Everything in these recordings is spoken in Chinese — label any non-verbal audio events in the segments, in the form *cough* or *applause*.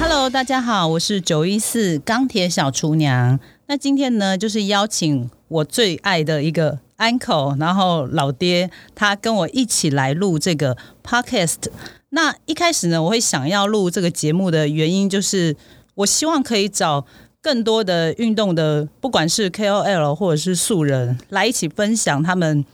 Hello，大家好，我是九一四钢铁小厨娘。那今天呢，就是邀请我最爱的一个 uncle，然后老爹，他跟我一起来录这个 podcast。那一开始呢，我会想要录这个节目的原因，就是我希望可以找更多的运动的，不管是 KOL 或者是素人，来一起分享他们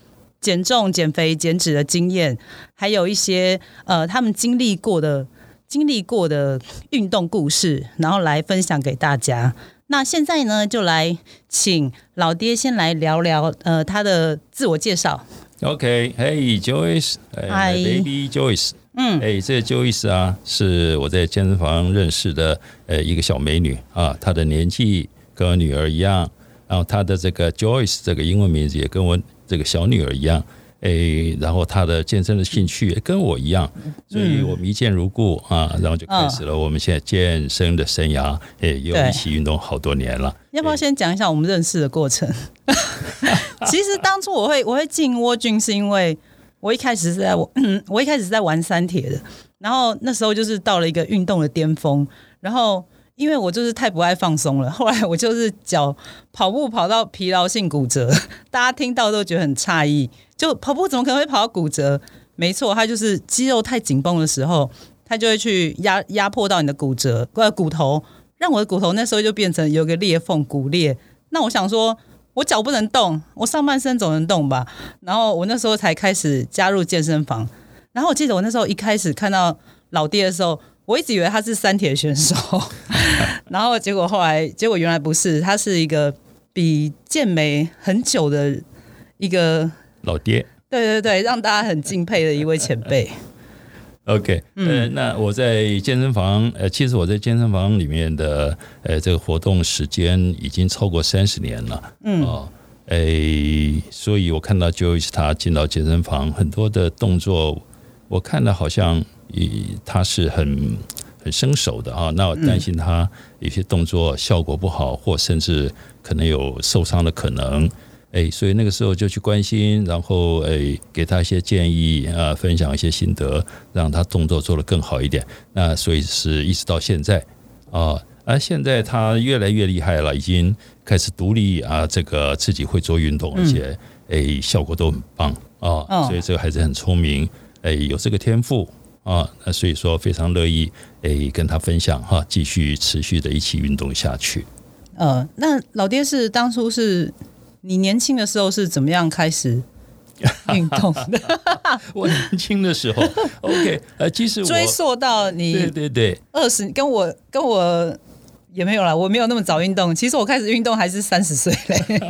减重、减肥、减脂的经验，还有一些呃他们经历过的经历过的运动故事，然后来分享给大家。那现在呢，就来请老爹先来聊聊呃他的自我介绍。 OK，Hey Joyce，嗨哎，Baby Joyce，嗯哎，这个 Joyce 啊，是我在健身房认识的呃一个小美女啊，她的年纪跟我女儿一样，然后她的这个 Joyce 这个英文名字也跟我这个小女儿一样，哎，然后她的健身的兴趣也跟我一样，所嗯以我们一见如故啊，然后就开始了我们现在健身的生涯，哎，又对一起运动好多年了。要不要先讲一下我们认识的过程？ *laughs* 其实当初我会我会进窝军，是因为我一开始是在我我一开始是在玩三铁的，然后那时候就是到了一个运动的巅峰，然后因为我就是太不爱放松了，后来我就是脚跑步跑到疲劳性骨折，大家听到都觉得很诧异，就跑步怎么可能会跑到骨折？没错，它就是肌肉太紧绷的时候，它就会去压压迫到你的骨折呃骨头，让我的骨头那时候就变成有个裂缝骨裂。那我想说，我脚不能动，我上半身总能动吧？然后我那时候才开始加入健身房。然后我记得我那时候一开始看到老爹的时候，我一直以为他是三铁选手， *laughs* 然后结果后来结果原来不是，他是一个比健美很久的一个，老爹，对对对，让大家很敬佩的一位前辈。 OK，呃，那我在健身房，呃，其实我在健身房里面的，呃，这个活动时间已经超过三十年了，嗯，哦，诶、所以我看到 Joyce 他进到健身房，很多的动作，我看了好像，咦，他是很很生手的啊，那我担心他有些动作效果不好，或甚至可能有受伤的可能，哎，所以那个时候就去关心，然后哎给他一些建议啊、呃分享一些心得，让他动作做得更好一点。那所以是一直到现在啊，而、现在他越来越厉害了，已经开始独立啊，这个自己会做运动，而且哎效果都很棒啊，哦所以这个孩子很聪明，哎有这个天赋。啊，那所以说非常乐意哎跟他分享哈、继续持续的一起运动下去。呃，那老爹是当初是你年轻的时候是怎么样开始运动 *laughs* 的？ *laughs* 我年轻的时候，OK，呃，其实我追溯到对你对对，二十，跟我跟我也没有啦，我没有那么早运动。其实我开始运动还是三十岁 *laughs* 嘞。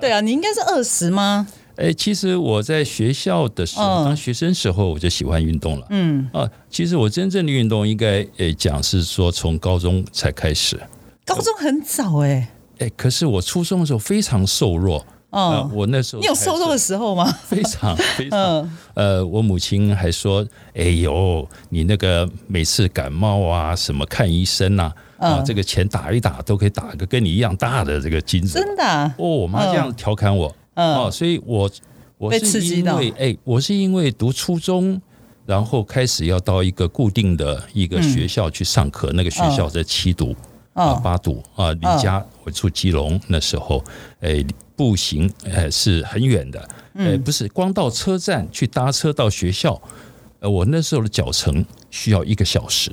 对啊，你应该是二十吗？哎，其实我在学校的时候，嗯当学生时候我就喜欢运动了。嗯啊，其实我真正的运动应该诶讲是说从高中才开始。高中很早哎、哎，可是我初中的时候非常瘦弱。啊哦、我那时候你有才瘦是肉的时候吗？非 *laughs* 常非常。嗯，呃，我母亲还说：“哎呦，你那个每次感冒啊，什么看医生呐、啊，嗯这个钱打一打都可以打个跟你一样大的这个金子。”真的啊、哦，我妈这样调侃我，嗯哦，所以我我被是刺激因到为哎，我是因为读初中，然后开始要到一个固定的一嗯个学校去上课，那个学校在七堵啊、哦，八堵啊，离嗯家我住基隆那时候，哎，步行哎是很远的，嗯哎，不是光到车站去搭车到学校，呃，我那时候的脚程需要一个小时。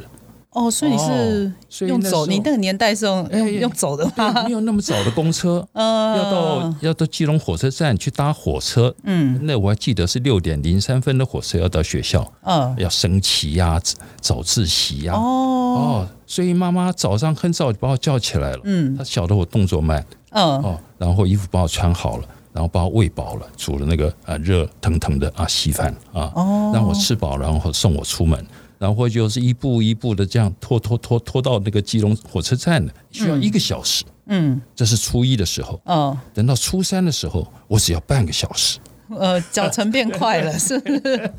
哦，所以你哦是所以用那时走，候你那个年代是用、哎哎用走的吗？对没有那么早的公车，嗯要到要到基隆火车站去搭火车，嗯，那我还记得是六点零三分的火车要到学校，嗯，要升旗呀、早自习呀、哦，哦，所以妈妈早上很早就把我叫起来了，嗯，她晓得我动作慢，嗯，哦，然后衣服帮我穿好了，然后把我喂饱了，煮了那个啊热腾腾的啊稀饭啊，让我吃饱，然后送我出门，然后就是一步一步的这样拖拖拖拖到那个基隆火车站了，需要一个小时。嗯，这是初一的时候，哦，等到初三的时候，我只要半个小时。呃，脚程变快 *laughs* 了，是不是？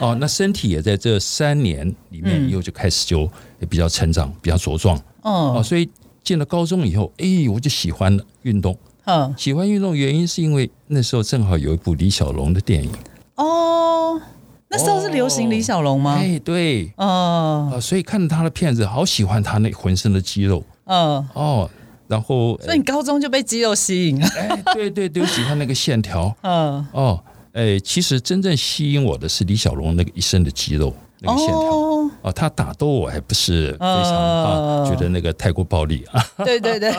哦，那身体也在这三年里面嗯以后就开始就比较成长，比较茁壮。哦，哦，所以进了高中以后，哎，我就喜欢了运动。嗯，喜欢运动原因是因为那时候正好有一部李小龙的电影。哦，那时候是流行李小龙吗？哎，对，哦，啊，所以看他的片子，好喜欢他那浑身的肌肉嗯，哦，然后，所以你高中就被肌肉吸引了，哎，对对对，喜欢那个线条嗯，哦，哎，其实真正吸引我的是李小龙那个一身的肌肉那个线条。哦，哦，他打斗我还不是非常、哦啊，觉得那个太过暴力 *laughs* 啊对对 *laughs* 对，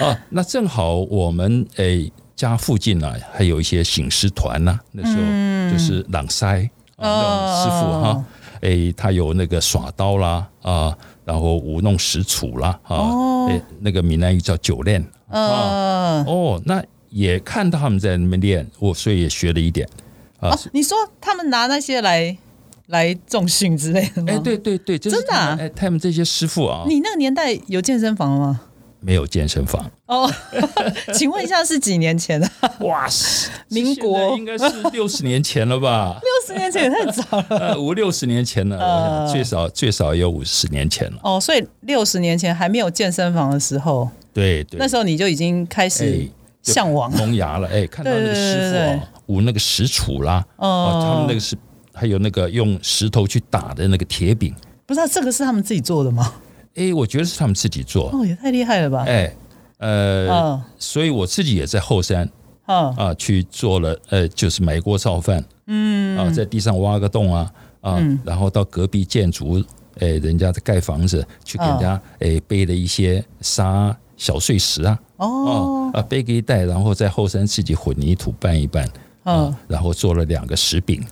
啊！那正好我们诶、家附近呢、啊，还有一些醒狮团呐、那时嗯候就是朗塞、啊、那种师傅哈、哦诶、他有那个耍刀啦啊，然后舞弄石杵啦啊，哦诶那个闽南语叫九练啊、嗯，哦，那也看到他们在那边练，我所以也学了一点。哦，你说他们拿那些来来重训之类的吗？哎、，对对对，就是真的啊他们哎、他们这些师傅啊，你那个年代有健身房吗？没有健身房。哦， *laughs* 请问一下是几年前的？啊哇塞，民国？现在应该是六十年前了 *laughs* 吧 *laughs* 六十年前也太早了。呃，五六十年前了，我呃想最少最少也有五十年前了。哦，所以六十年前还没有健身房的时候，对对，那时候你就已经开哎始向往。萌芽了，哎，看到那个师傅对对对啊，舞那个石杵啦，哦哦，他们那个是还有那个用石头去打的那个铁饼，不知道这个是他们自己做的吗？哎，我觉得是他们自己做，哦，也太厉害了吧！哎，呃，嗯所以我自己也在后山嗯啊去做了，呃，就是买锅造饭，嗯，啊，在地上挖个洞啊，啊，然后到隔壁建筑，哎，人家在盖房子，去给人家哎背了一些沙小碎石啊，哦哦啊，背个一袋，然后在后山自己混凝土拌一拌，嗯啊，，然后做了两个石饼，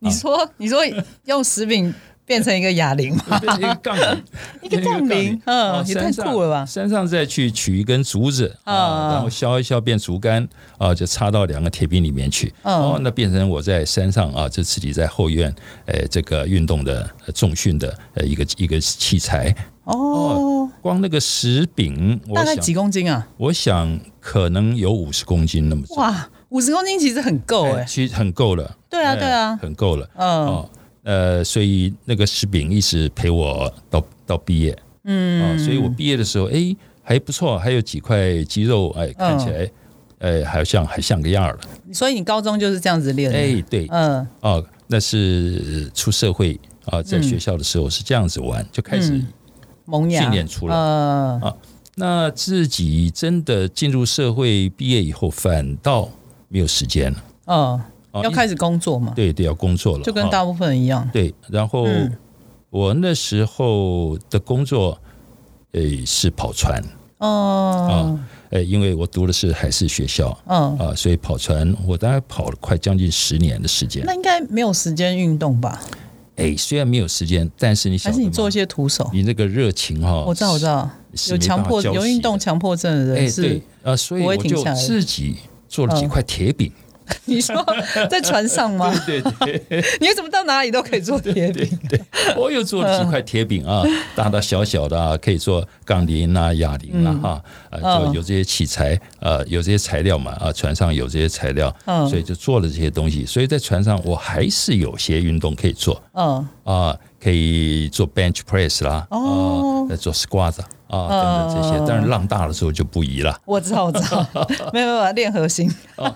你哦说你说用食品变 *laughs* 成一个哑铃吗？变成一个杠铃，一个杠铃嗯啊也太山上酷了吧山上再去取一根竹子嗯嗯啊，然后削一削变竹竿啊，就插到两个铁饼里面去，嗯哦，那变成我在山上啊，就自己在后院，呃，这个运动的呃重训的呃一个一个器材。哦，光那个石饼，我大概几想，公斤啊？我想可能有五十公斤那么重，哇，五十公斤其实很够哎哎。其实很够了。对啊哎对啊很够了。嗯，哦，呃，所以那个石饼一直陪我到到毕业，嗯，啊、所以我毕业的时候，哎，还不错，还有几块肌肉，哎，看起来，哎，嗯好像还像个样儿了，所以你高中就是这样子练的。哎，对，嗯哦，那是出社会啊，在学校的时候是这样子玩，就开始嗯萌芽训练出来哦嗯那自己真的进入社会毕业以后，反倒没有时间了，嗯，啊要开始工作嘛，对对，要工作了，就跟啊大部分人一样。对，然后嗯我那时候的工作，诶、是跑船哦，啊，诶、因为我读的是海事学校嗯，啊，所以跑船我大概跑了快将近十年的时间。那应该没有时间运动吧？诶、虽然没有时间，但是你还想，是你做一些徒手？你那个热情哈、我知道，我知道，是有哦没强办法迫交有集运的动强迫症的诶、人对是，，啊，所以不会我停就下来自己做了几嗯块铁饼。 *laughs* 你说在船上吗？ *laughs* 对对对， *laughs* 你怎么到哪里都可以做铁饼？我又做了几块铁饼嗯啊，大大小小的、啊，可以做杠铃啊、哑铃啊，哈、啊，嗯就有这些器材，呃，有这些材料嘛，啊，船上有这些材料，嗯所以就做了这些东西。所以在船上，我还是有些运动可以做嗯，啊，可以做 bench press 啦，哦啊，做 squat 啊啊，等等这些。嗯但是浪大的时候就不宜了。我知道，我知 *laughs* 道，没有没有练核心。嗯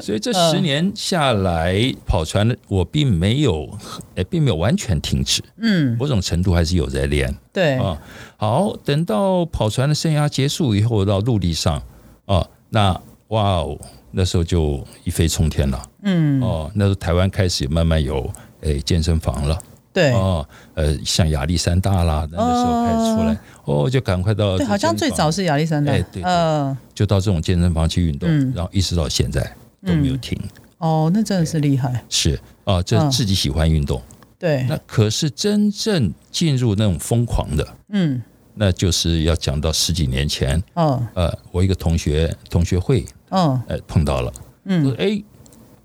所以这十年下来，跑船的我并没有，呃，并没有完全停止，嗯，某种程度还是有在练。对，啊，好，等到跑船的生涯结束以后，到陆地上啊，那哇哦，那时候就一飞冲天了。嗯，哦、那时候台湾开始慢慢有诶、健身房了。对，哦，呃，像亚历山大啦，那时候开始出来，哦，就赶快到对，好像健身最房早是亚历山大哎对。对嗯，就到这种健身房去运动，嗯然后一直到现在都没有停。哦，那真的是厉害。是啊，这嗯自己喜欢运动，对，那可是真正进入那种疯狂的，嗯，那就是要讲到十几年前，哦，呃，我一个同学同学会，嗯，呃，碰到了，嗯，说哎，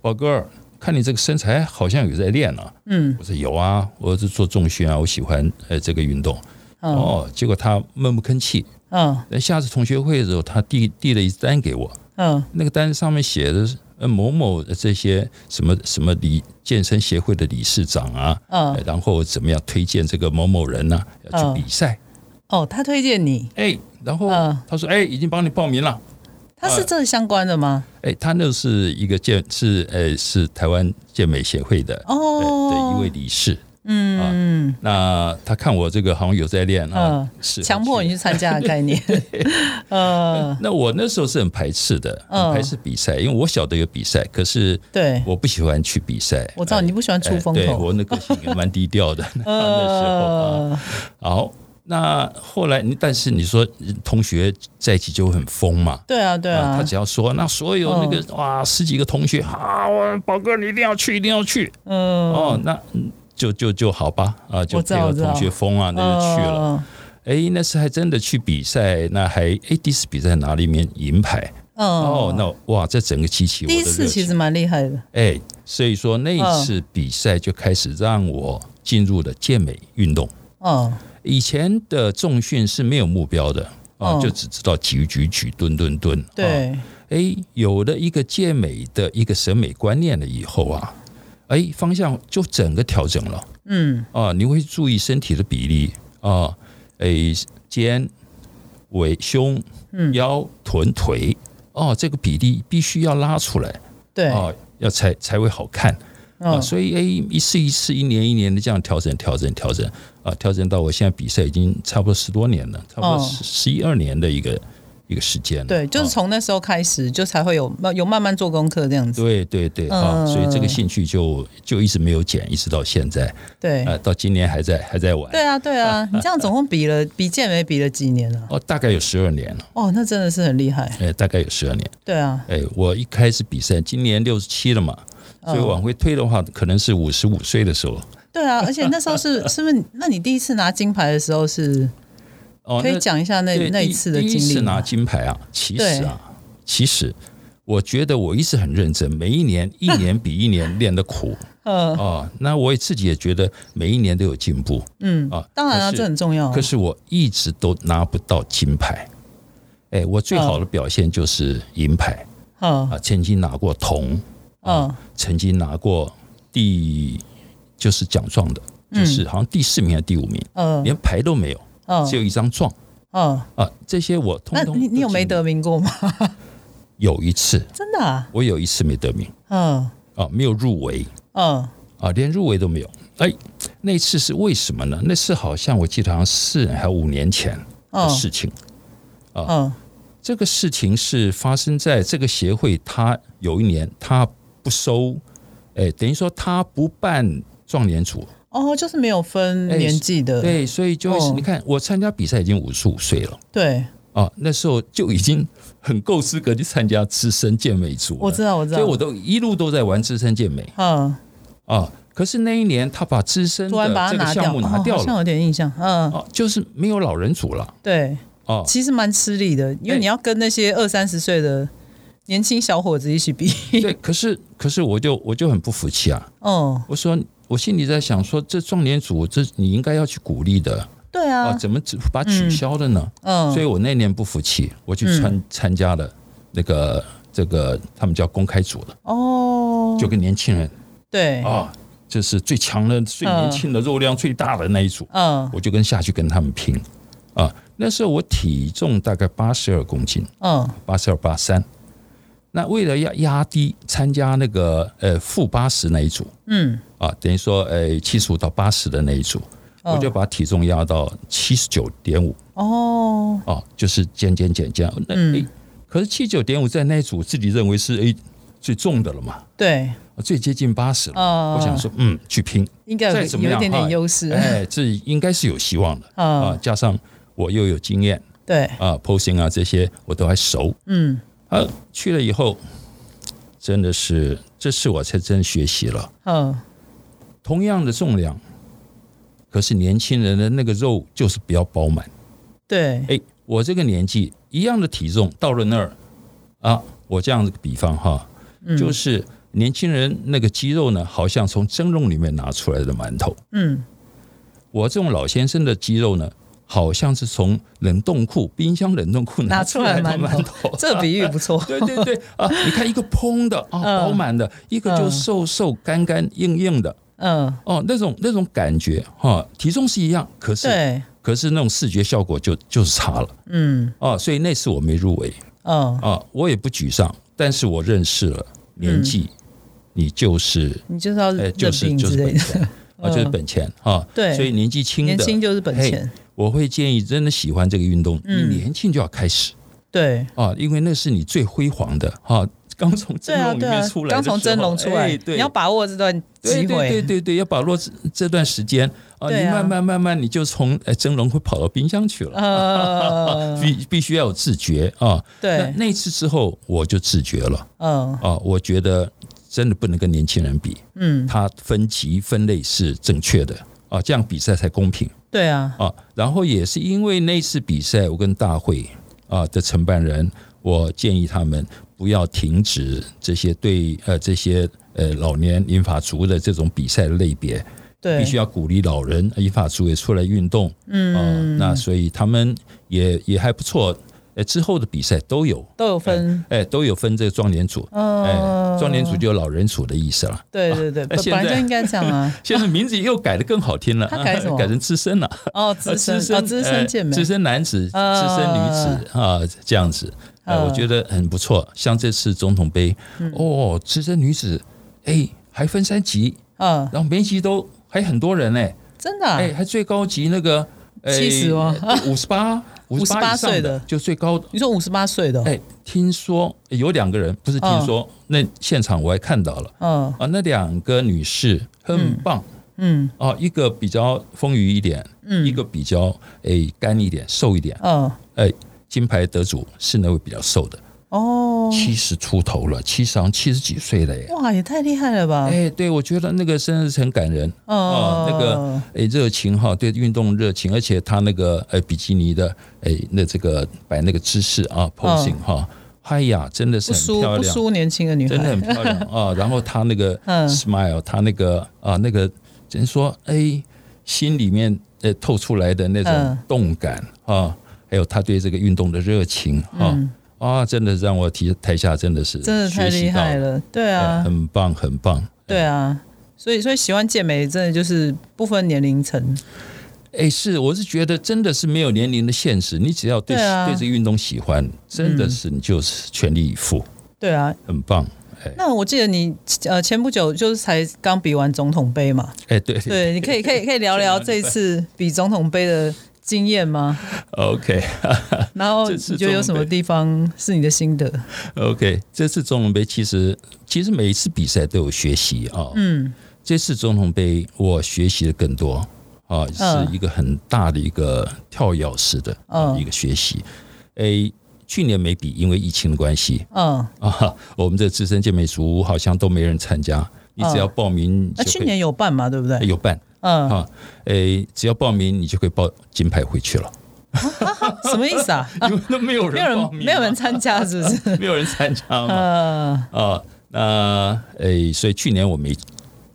宝哥儿，看你这个身材好像有在练啊，嗯，我说有啊，我是做重训啊，我喜欢呃这个运动，嗯哦，结果他闷不吭气，嗯，那下次同学会的时候，他递递了一单给我，嗯，那个单上面写的是呃某某这些什么什么理健身协会的理事长啊，嗯呃然后怎么样推荐这个某某人呢、要嗯去比赛，哦，他推荐你，哎，然后嗯他说哎，已经帮你报名了。它是这相关的吗？哎，他那是一个健是呃是台湾健美协会的呃的一哦，位啊理事。嗯，那他看我这个好像有在练啊嗯，是强迫你去参加的概念， *laughs* 呃，那我那时候是很排斥的，嗯很排斥比赛，因为我晓得有比赛，可是对， *laughs* 我不喜欢去比赛。我知道你不喜欢出风哎对头，我那个性格蛮低 *laughs* 调的，那时候啊。呃，好，那后来你但是你说同学在一起就会很疯嘛？对啊，对他啊，嗯只要说，那所有那个、哇十几个同学，啊，我宝哥你一定要去，一定要去、嗯，哦，那嗯就就就好吧，啊，就我知配道合我知道嗯同学疯啊，那就去了。了，哎、那次还真的去比赛，那还哎第一次比赛拿了一面银牌，嗯，哦，那哇，这整个激起我的第一热次其情，实嗯蛮厉害的，哎、所以说那一次比赛就开始让我进入了健美运动。嗯，以前的重训是没有目标的啊，嗯就只知道举举举、蹲蹲蹲。啊，对，哎，有了一个健美的一个审美观念了以后啊，哎，方向就整个调整了嗯，啊，你会注意身体的比例啊，哎，肩、尾、胸、嗯腰、臀、腿，哦，这个比例必须要拉出来对，哦啊，要才才会好看。啊，嗯，所以哎，一次一次，一年一年的这样调整、调整、调整啊，调整到我现在比赛已经差不多十多年了，差不多哦十十一二年的一个一个时间了。对，就是啊从那时候开始，就才会有有慢慢做功课这样子，对对对啊，嗯所以这个兴趣就就一直没有减，一直到现在对，啊，到今年还在还在玩对啊，对哎啊，你这样总共比了比健美比了几年了、啊？哦，大概有十二年了，哦，那真的是很厉害。哎，大概有十二年。对啊，哎，我一开始比赛，今年六十七了嘛，嗯所以往回推的话，可能是五十五岁的时候。对啊，而且那时候是 *laughs* 是不是？那你第一次拿金牌的时候是哦，可以那讲一下那对那第一次的第经一次历拿吗？金牌啊，其实啊，其实我觉得我一直很认真，每 *laughs* 一年一年比一年练得苦呃，啊。那我也自己也觉得每一年都有进步嗯，啊。当然啊，可是这很重要啊、可是我一直都拿不到金牌。哎，我最好的表现就是银牌嗯啊，曾经拿过铜，嗯曾经拿过第就是奖状的，就是好像第四名还是第五名，嗯连牌都没有，嗯只有一张状嗯，啊。这些我通那通你你都有没经历得名过吗？ *laughs* 有一次，真的啊，我有一次没得名嗯啊，没有入围嗯啊，连入围都没有。哎，那次是为什么呢？那次好像我记得好像四还五年前的嗯事情。啊嗯这个事情是发生在这个协会，他有一年他不收，哎，等于说他不办壮年组，哦，就是没有分哎年纪的，对，所以就会是哦你看我参加比赛已经五十五岁了对，啊，那时候就已经很够资格去参加资深健美组了，我知道我知所以道我，都一路都在玩资深健美。嗯，啊。可是那一年他把资深突然把它的这个拿项掉，目拿掉哦，好像了，有点印象，嗯，哦，就是没有老人组了。对。 *laughs* 哦，其实蛮吃力的，因为哎你要跟那些二三十岁的年轻小伙子一起比。对，可是可是我就我就很不服气啊！哦，我说我心里在想说，这壮年组这你应该要去鼓励的对啊，啊，怎么只把它取消了呢？嗯，所以我那年不服气，我去参参加了那个这个他们叫公开组的，哦，就跟年轻人对，啊，就是最强的、最年轻的、肉量最大的那一组，嗯我就跟下去跟他们拼啊。那时候我体重大概八十二公斤，嗯八十二八三。那为了要压低参加那个呃负八十那一组嗯，啊，等于说呃七十五到八十的那一组，嗯我就把体重压到七十九点五哦，啊，就是减减减减。那、诶可是七九点五在那一组自己认为是诶最重的了嘛，对，最接近八十了。嗯我想说，嗯，去拼，应该有再个怎么有样一点哈点优势。哎，这应该是有希望的啊。嗯，加上我又有经验对，啊，posing 啊这些我都还熟，嗯啊，去了以后，真的是这次我才真学习了。嗯，同样的重量，可是年轻人的那个肉就是比较饱满。对，哎，我这个年纪一样的体重到了那儿啊，我这样子比方哈，就是年轻人那个肌肉呢，好像从蒸笼里面拿出来的馒头；嗯我这种老先生的肌肉呢，好像是从冷冻库、冰箱冷冻库拿拿出出来来的馒馒头头，。这个比喻不错。哦 *laughs* 对对对啊！你看一个蓬的 *laughs* 嗯啊，饱满的，一个就瘦瘦干干硬硬的嗯，哦，那种那种感觉哈、体重是一样，可是对，可是那种视觉效果就就是差了嗯哦，所以那次我没入围，哦，啊，我也不沮丧，但是我认识了年纪，你就是你嗯就是要哎，认就是病就之是类的，本嗯 *laughs* 钱啊，就是本钱啊。对所以年纪轻的，年轻就是本嘿钱，我会建议真的喜欢这个运动，嗯你年轻就要开始对，啊，因为那是你最辉煌的哈。刚从对蒸啊，笼里对啊面出，来的时候，刚从蒸笼出哎来，对，你要把握这段机对对对会，对对，要把握这这段时间啊，对你啊慢慢慢慢，你就从哎蒸笼会跑到冰箱去了。呃，必必须要有自觉啊！那对，那次之后，我就自觉了嗯啊！我觉得真的不能跟年轻人比，嗯，他分级分类是正确的啊，这样比赛才公平对啊，啊。然后也是因为那次比赛，我跟大会啊的承办人，我建议他们不要停止这些对呃这些呃老年银发族的这种比赛类别，对，必须要鼓励老人银发族也出来运动啊、嗯，那所以他们也也还不错，呃，之后的比赛都有。都有分，哎，都有分这个壮年组，哦哎，壮年组就有老人组的意思了。对对对，那本现本来在，就应该这样啊 *laughs* 现在名字又改得更好听了， *laughs* 啊他改什么改成资深了，哦，呃资深哦，资呃深健美资，深男子、资呃深女子啊，这样子，呃，呃我觉得很不错。像这次总统杯，嗯哦，资深女子，哎，还分三级，嗯，然后每一级都还很多人嘞，真的啊，哎，还最高级那个哎70吗，五十 *laughs* 八，五十八58岁的的就最高。你说五十八岁的哦，哎，听说有两个人，不是听说，那现场我还看到了嗯啊，那两个女士很棒。嗯哦，一个比较丰腴一点，嗯一个比较诶干一点、瘦一点。嗯，诶，金牌得主是那位比较瘦的，哦，七十出头了，七十好像七十几岁了耶。哇，也太厉害了吧，哎，对，我觉得那个真的是很感人哦，那个哎热情哈，对运动热情，而且他那个呃比基尼的哎那这个摆那个姿势啊 posing 哈，哎呀，真的嗯不是很输漂不亮，输年轻的女真的孩很，漂亮啊。然后她那个 *laughs* 嗯 smile，她那个啊那个，只能说哎，心里面呃透出来的那种嗯动感啊，还有她对这个运动的热情啊啊，真的让我提台下真的是嗯真的太学习厉到害，了，对哎啊，很棒很棒。对啊，所以所以喜欢健美真的就是不分年龄层，哎，是，我是觉得真的是没有年龄的限制，你只要对对啊嗯对这个运动喜欢，真的是你就是全力以赴，对啊。很棒。哎那我记得你呃前不久就是才刚比完总统杯嘛，哎，对 *laughs* 对，你可以可以可以聊聊这一次比总统杯的经验吗？ *laughs* ，OK。然后这你次觉得有什么地方是你的心得？ OK，这次中龙杯其实其实每一次比赛都有学习啊、嗯这次中龙杯我学习的更多啊，嗯是一个很大的一个跳跃式的、啊嗯一个学习。诶，去年没比，因为疫情的关系嗯，啊，我们这资深健美组好像都没人参加，你只要报名那、就可以、嗯啊去年有办嘛，对不哎对？有办嗯，啊，诶，只要报名你就可以报金牌回去了，什么意思啊？ *laughs* 因为都没 *laughs* 有没有人报人名，啊没有人参加是不 *laughs* 是？没有人参加嘛。嗯啊，那诶，所以去年我没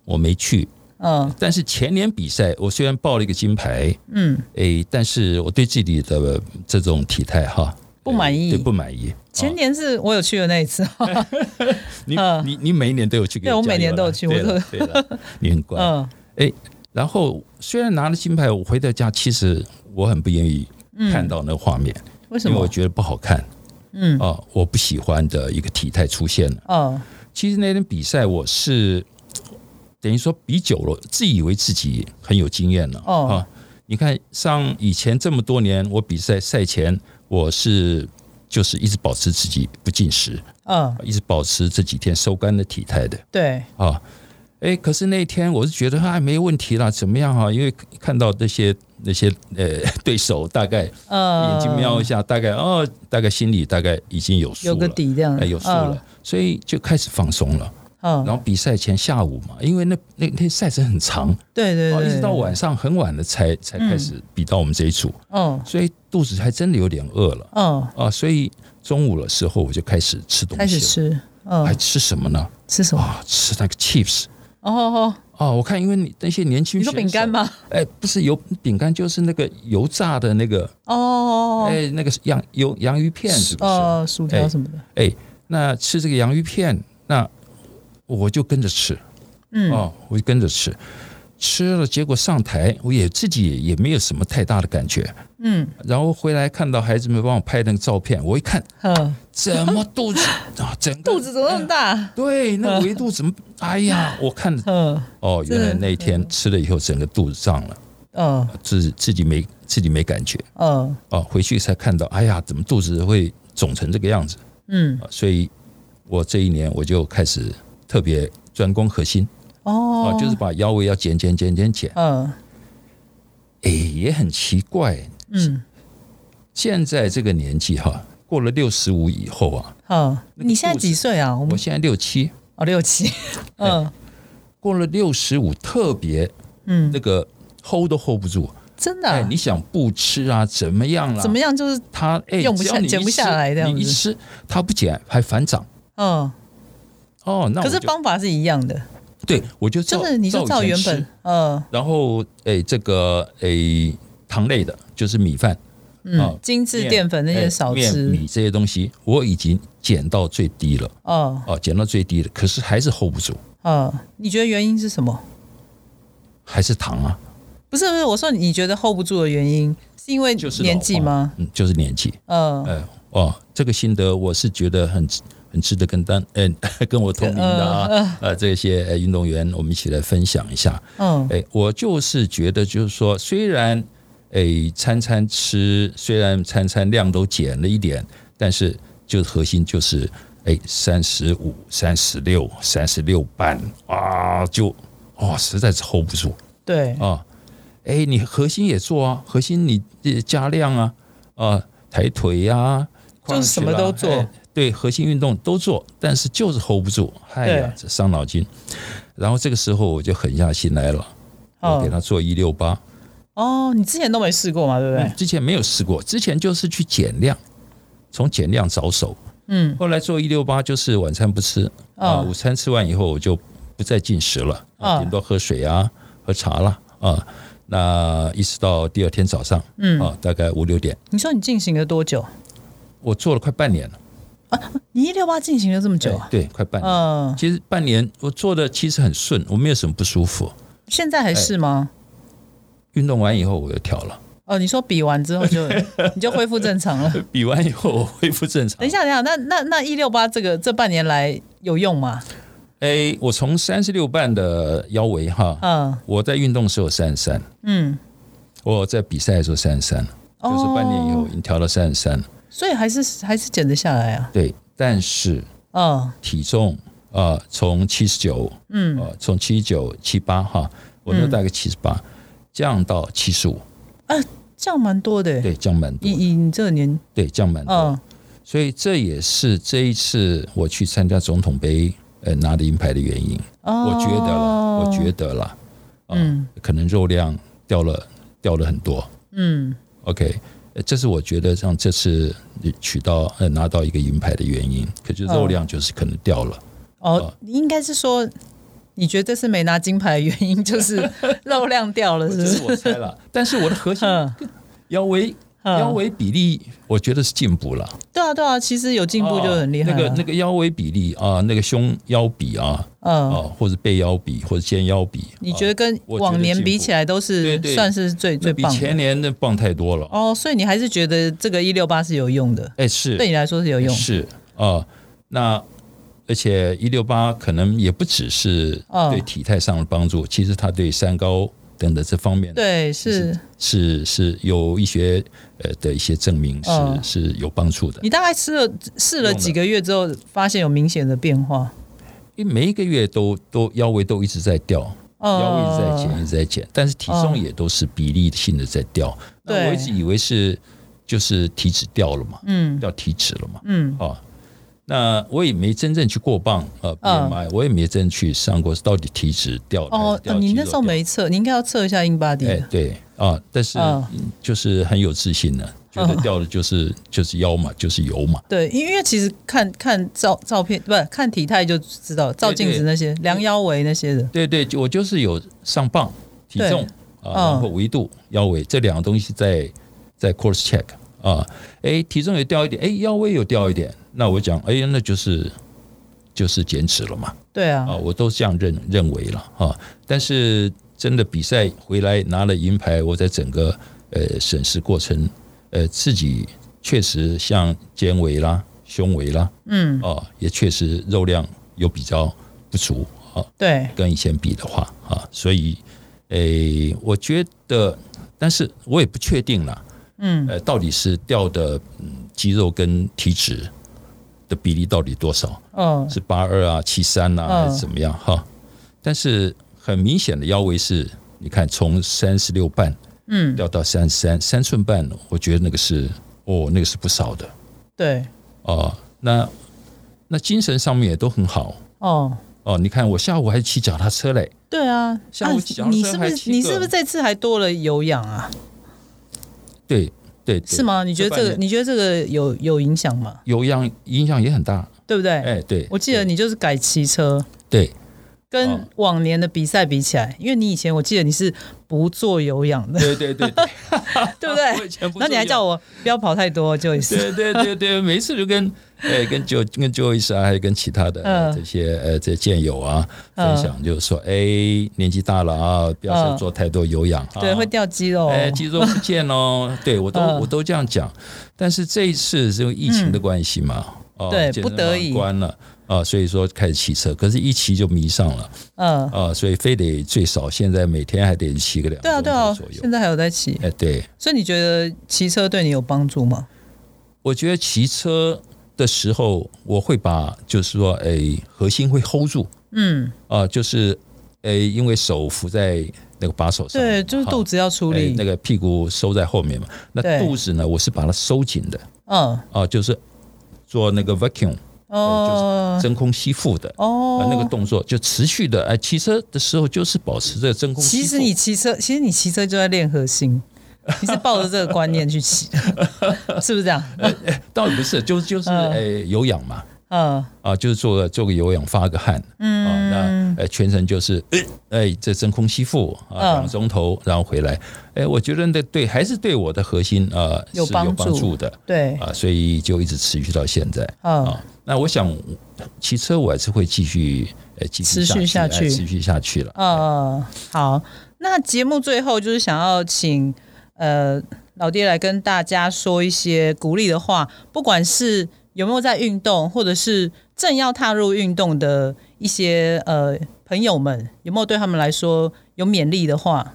我没去，嗯但是前年比赛我虽然报了一个金牌，嗯，诶，但是我对自己的这种体态哈不满意对不满意。前啊年是我有去的那一次， *laughs* 嗯你嗯你你每一年都有去给对我加油每年啦都有去对我都了对 *laughs* 了，你很乖。嗯然后虽然拿了金牌，我回到家其实我很不愿意嗯看到那个画面，为什因为我么？觉得不好看嗯啊，我不喜欢的一个体态出现了。嗯其实那天比赛我是等于说比久了，自以为自己很有经验了。哦啊，你看上以前这么多年，我比赛赛前我是就是一直保持自己不进食，嗯，一直保持这几天收干的体态的对，啊。哎，可是那天我是觉得啊，没问题啦，怎么样哈、因为看到那些那些呃 *laughs* 对手，大概呃，眼睛瞄一下，大概哦，大概心里大概已经有数了，有个底这嗯样，哎，有数了，所以就开始放松了。嗯。嗯，然后比赛前下午嘛，因为那那那赛程很长，对对嗯哦，对，一直到对，晚上很晚了才才开始比到我们这一组，嗯所以肚子还真的有点饿了嗯，啊，所以中午的时候我就开始吃东开西始了，吃，嗯还，吃什么呢？吃什么？啊，吃那个 chips 哦哦哦，啊，我看因为你那些年轻你说选手饼干？吗？哎，不是油饼干，就是那个油炸的那个，哦，哎，那个是洋油洋芋片是不是？呃，薯条哎什么的，哎，那吃这个洋芋片，那我就跟着吃，嗯哦，我就跟着吃。吃了，结果上台我也自己也没有什么太大的感觉，嗯，然后回来看到孩子们帮我拍那个照片，我一看嗯，怎么肚 *laughs* 子啊，整个肚子怎么那么大？对那维 *laughs* 度怎么，哎呀，我看嗯，哦，原来那一天吃了以后整个肚子胀了，嗯，呃自自己没自己没感觉嗯，哦，回去才看到，哎呀，怎么肚子会肿成这个样子？嗯，啊所以我这一年我就开始特别专攻核心啊，哦，就是把腰围要减减减减减。呃嗯，哎，也很奇怪，嗯，现在这个年纪哈，过了六十五以后啊，嗯，那个你现在肚子哎几岁啊？我我们现在六七，哦六七， *laughs* 嗯过了六十五特别嗯，那个 hold 都 hold 不住。真的哎，啊你想不吃啊？怎么样啦？怎么样？就是它哎，用不下只要你一吃减不下来这样子你一吃它不减还反涨。嗯，哦，那我可是就方法是一样的，对我就照就是你就照以前原吃本，嗯然后诶，这个诶糖类的，就是米饭、嗯哦，精致淀粉那些诶少面吃米，这些东西，我已经减到最低了哦哦，减到最低了，可是还是 hold 不住，嗯，你觉得原因是什么？还是糖啊，不是不是，我说你觉得 hold 不住的原因是因为就是年纪老化吗？？嗯，就是年纪。嗯，哎，哦，这个心得我是觉得很值很值得跟单，嗯、 *laughs* 跟我同龄的啊，呃，这些呃运动员，我们一起来分享一下。嗯哎，我就是觉得，就是说，虽然哎餐餐吃，虽然餐餐量都减了一点，但是就核心就是哎三十五、三十六、三十六半啊，就哦实在是 hold 不住对，啊。哎，你核心也做啊，核心你呃加量啊，啊抬腿啊呀、就是什么都做哎对，核心运动都做，但是就是 hold 不住，哎呀对，这伤脑筋。然后这个时候我就狠下心来了。我哦给嗯他做一六八，哦，你之前都没试过嘛，对不对？之前没有试过，之前就是去减量，从减量着手。嗯，后来做一六八就是晚餐不吃啊，嗯午餐吃完以后我就不再进食了，啊，嗯顶多喝水啊、喝茶啦啊。那一直到第二天早上，嗯啊，大概五六点，你说你进行了多久？我做了快半年了，哎你一六八进行了这么久啊？对，对快半年。嗯，其实半年我做的其实很顺，我没有什么不舒服。现在还是吗？运动完以后我又调了，哎哦，你说比完之后就哎 *laughs* 你就恢复正常 *laughs* 了。比完以后我恢复正常。等一下，等一下，那那那一六八这个这半年来有用吗？哎，我从三十六半的腰围哈，嗯我在运动的时候三十三，嗯，哦我在比赛的时候三十三，就是半年以后已经调到三十三。所以还是还是减得下来啊。对，但是嗯体重呃从七十九，嗯，呃从七九七八哈，我那时候大概七十八，降到七十五，啊，降蛮多的耶。欸对，降蛮多，以以你这个年，对，降蛮多。嗯所以这也是这一次我去参加总统杯呃拿的银牌的原因。哦我觉得了，我觉得了，嗯，可能肉量掉了掉了很多。嗯 OK，呃这是我觉得让这次取到呃拿到一个银牌的原因，可是肉量就是可能掉了。哦，嗯应该是说。你觉得这次没拿金牌的原因就是 *laughs* 肉量掉了，是不这是是？我猜了，但是我的核心嗯，腰围嗯腰围比例，我觉得是进步了，对啊，对啊，其实有进步就很厉害、哦了。那个那个腰围比例啊，那个胸腰比啊嗯，啊，或者背腰比或者肩腰比，你啊觉得跟我觉得往年进步比起来都对是对算是最那最比棒前的年的棒太多了。哦，所以你还是觉得这个一六八是有用的，哎，是对你来说是有用。是啊、呃那而且一六八可能也不只是嗯对体态上的帮助，其实它对三高等等这方面对，实是是是有医学呃的一些证明是、嗯是有帮助的。你大概吃了试了用的几个月之后，发现有明显的变化。因为每一个月都都腰围都一直在掉，腰一直在减，呃，一直在减，但是体重嗯也都是比例性的在掉。那对我一直以为是就是体脂掉了嘛，嗯掉体脂了嘛，嗯啊，那我也没真正去过磅呃嗯 BMI，、我也没真正去上过到底体脂掉了还哦哎是，掉哦你那肌肉时候掉没测，你应该要测一下 in body 哎的。对啊，但是嗯嗯就是很有自信的，觉得嗯掉的就是就是腰嘛，就是油嘛。对，因为因为其实看看照照片，不是看体态就知道，照镜子那些量腰围那些的。对对，就我就是有上磅、体对重啊，然后维度、腰围这两个东西在在 course check 啊，哎，体重有掉一点，哎，腰围有掉一点，那我讲，哎，那就是就是减脂了嘛。对啊哦啊，，我都这样认认为了啊。但是真的比赛回来拿了银牌，我在整个呃审视过程，呃，自己确实像肩围啦、胸围啦，嗯，哦，也确实肉量有比较不足啊，对，跟以前比的话啊，所以，诶、我觉得，但是我也不确定啦，嗯，呃，到底是掉的嗯肌肉跟体脂的比例到底多少？哦，是八二啊、七三啊，嗯还是怎么样哈？但是很明显的腰围是，你看从三十六半，嗯，掉到三三三寸半，我觉得那个是哦，那个是不少的对，哦。那那精神上面也都很好哦，哦。你看我下午还骑脚踏车嘞，对啊，下午骑脚啊踏你车是不还是骑你个是不是这次还多了有氧啊？对对对是吗？你觉得这半个年你觉得这个有有影响吗？有氧影响也很大？对不对？哎，对，我记得你就是改骑车，对跟哦往年的比赛比起来，因为你以前我记得你是不做有氧的， *laughs* 对对对对，对不对 *laughs* 我以前不然后你还做有氧叫我不要跑太多，就是对对对对，每次就跟哎跟就跟 Joyce 啊，还有跟其他的、呃嗯这些呃这健友啊分享，就是说哎年纪大了啊，不要嗯再做太多有氧啊，对会掉肌肉。哦哎肌肉不见 *laughs* 哦，对我都嗯我都这样讲，但是这一次是因为疫情的关系嘛，哦对健身不得房已关了啊，所以说开始骑车，可是一骑就迷上了嗯，啊，所以非得最少现在每天还得骑个两对啊个对钟头啊左，右现，在还有在骑，哎对。所以你觉得骑车对你有帮助吗？我觉得骑车的时候，我会把就是说，哎，核心会 hold 住嗯，啊、就是哎，因为手扶在那个把手上，对，就是肚子子要出力。那个屁股收在后面嘛。那对肚子呢，我是把它收紧的嗯，啊、就是做那个 vacuum 哦，真空吸附的。啊哦，那个动作就持续的，哎，骑车的时候就是保持这个真空吸其附。实你骑车，其实你骑车就在练核心，你是抱着这个观念去骑的， *laughs* 是不是这样？倒也不是，就是就是嗯哎有氧嘛，嗯，啊，就是做个做个有氧，发个汗，嗯，啊，那呃全程就是，哎、哎这真空吸附啊，嗯两个钟头，然后回来，哎、我觉得那对还是对我的核心啊、呃、有是帮有助帮助的对，啊，所以就一直持续到现在嗯啊。那我想骑车我还是会继续，呃，继持续续下去哎持续下去了。呃，好，那节目最后就是想要请呃老爹来跟大家说一些鼓励的话，不管是有没有在运动，或者是正要踏入运动的一些呃朋友们，有没有对他们来说有勉励的话？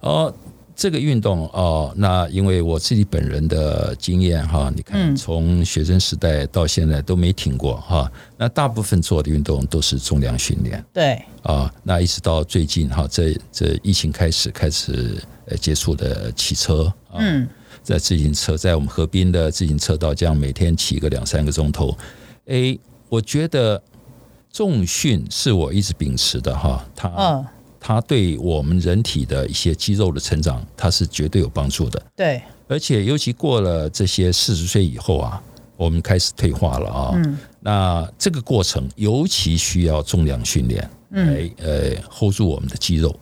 哦，这个运动哦，那因为我自己本人的经验哈，你看从学生时代到现在都没停过哈。那大部分做的运动都是重量训练对，啊，那一直到最近哈，这这疫情开始开始呃接触的骑车啊，嗯，在自行车在我们河滨的自行车道这样每天骑个两三个钟头，诶，我觉得重训是我一直秉持的哈，它嗯，它对我们人体的一些肌肉的成长，它是绝对有帮助的。对，而且尤其过了这些四十岁以后啊，我们开始退化了啊。那这个过程尤其需要重量训练来呃 hold 住我们的肌肉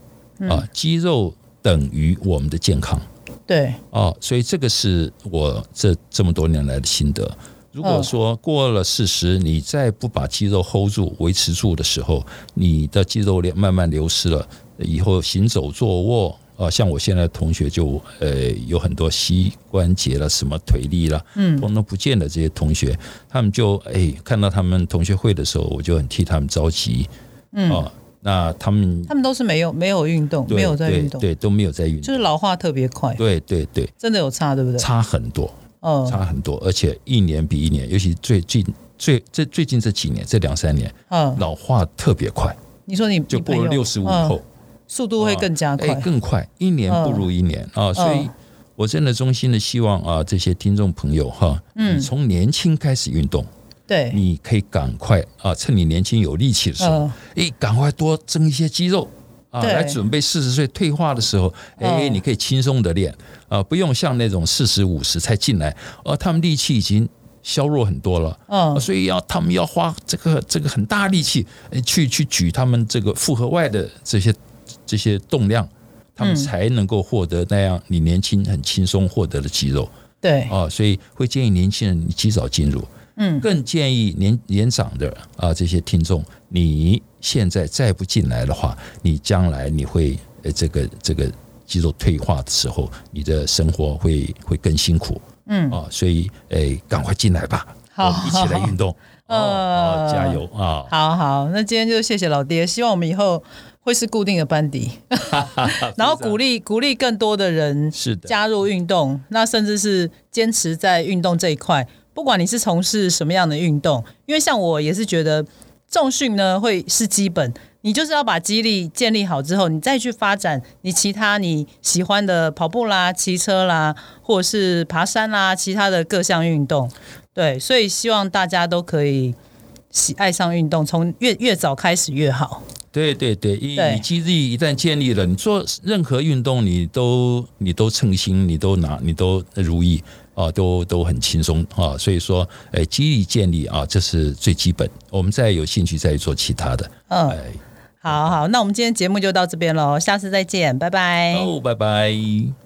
啊，肌肉等于我们的健康对，啊，所以这个是我这这么多年来的心得。如果哦说过了四十，你再不把肌肉 hold 住、维持住的时候，你的肌肉量慢慢流失了，以后行走、坐卧。啊，像我现在同学就呃有很多膝关节了、什么腿力了，嗯，通通不见了。这些同学，他们就哎看到他们同学会的时候，我就很替他们着急，嗯啊，那他们他们都是没有没有运动，对没有在运动，对对都没有在运就动，是老化特别快，对对对，真的有差，对不对？差很多。嗯，差很多，而且一年比一年，尤其最近最这最近这几年这两三年，嗯，老化特别快，你说你就你过朋了友六十五嗯后，速度会更加快哎，更快，一年不如一年啊！所以嗯，我真的衷心的希望啊，这些听众朋友哈，嗯你从年轻开始运动，对，你可以赶快啊，趁你年轻有力气的时候嗯，哎，赶快多增一些肌肉。啊，对来准备四十岁退化的时候，哎，嗯你可以轻松的练啊，不用像那种四十五十才进来，而他们力气已经削弱很多了。嗯啊，所以要他们要花这个这个很大力气呃去去举他们这个负荷外的这些这些重量，他嗯们才能够获得那样你年轻很轻松获得的肌肉对，啊，所以会建议年轻人你及早进入，嗯，更建议年年长的啊这些听众，你现在再不进来的话，你将来你会呃这个这个肌肉退化的时候，你的生活会会更辛苦。嗯啊，所以诶，赶快进来吧，好哦一起来运动。哦，哦加油啊！ *laughs* 好好，那今天就谢谢老爹，希望我们以后会是固定的班 *laughs* 底，然后鼓励鼓励更多的人是的，加入运动，那甚至是坚持在运动这一块，不管你是从事什么样的运动，因为像我也是觉得重训呢会是基本，你就是要把肌力建立好之后，你再去发展你其他你喜欢的跑步啦、骑车啦，或者是爬山啦，其他的各项运动。对，所以希望大家都可以喜爱上运动，从越越早开始越好。对对对，因为对你肌力一旦建立了，你做任何运动，你都你都称心，你都拿，你都如意啊，都都很轻松啊。所以说，哎，肌力建立啊，这是最基本。我们再有兴趣再做其他的。嗯哎，好好，那我们今天节目就到这边喽，下次再见，拜拜。好，拜拜。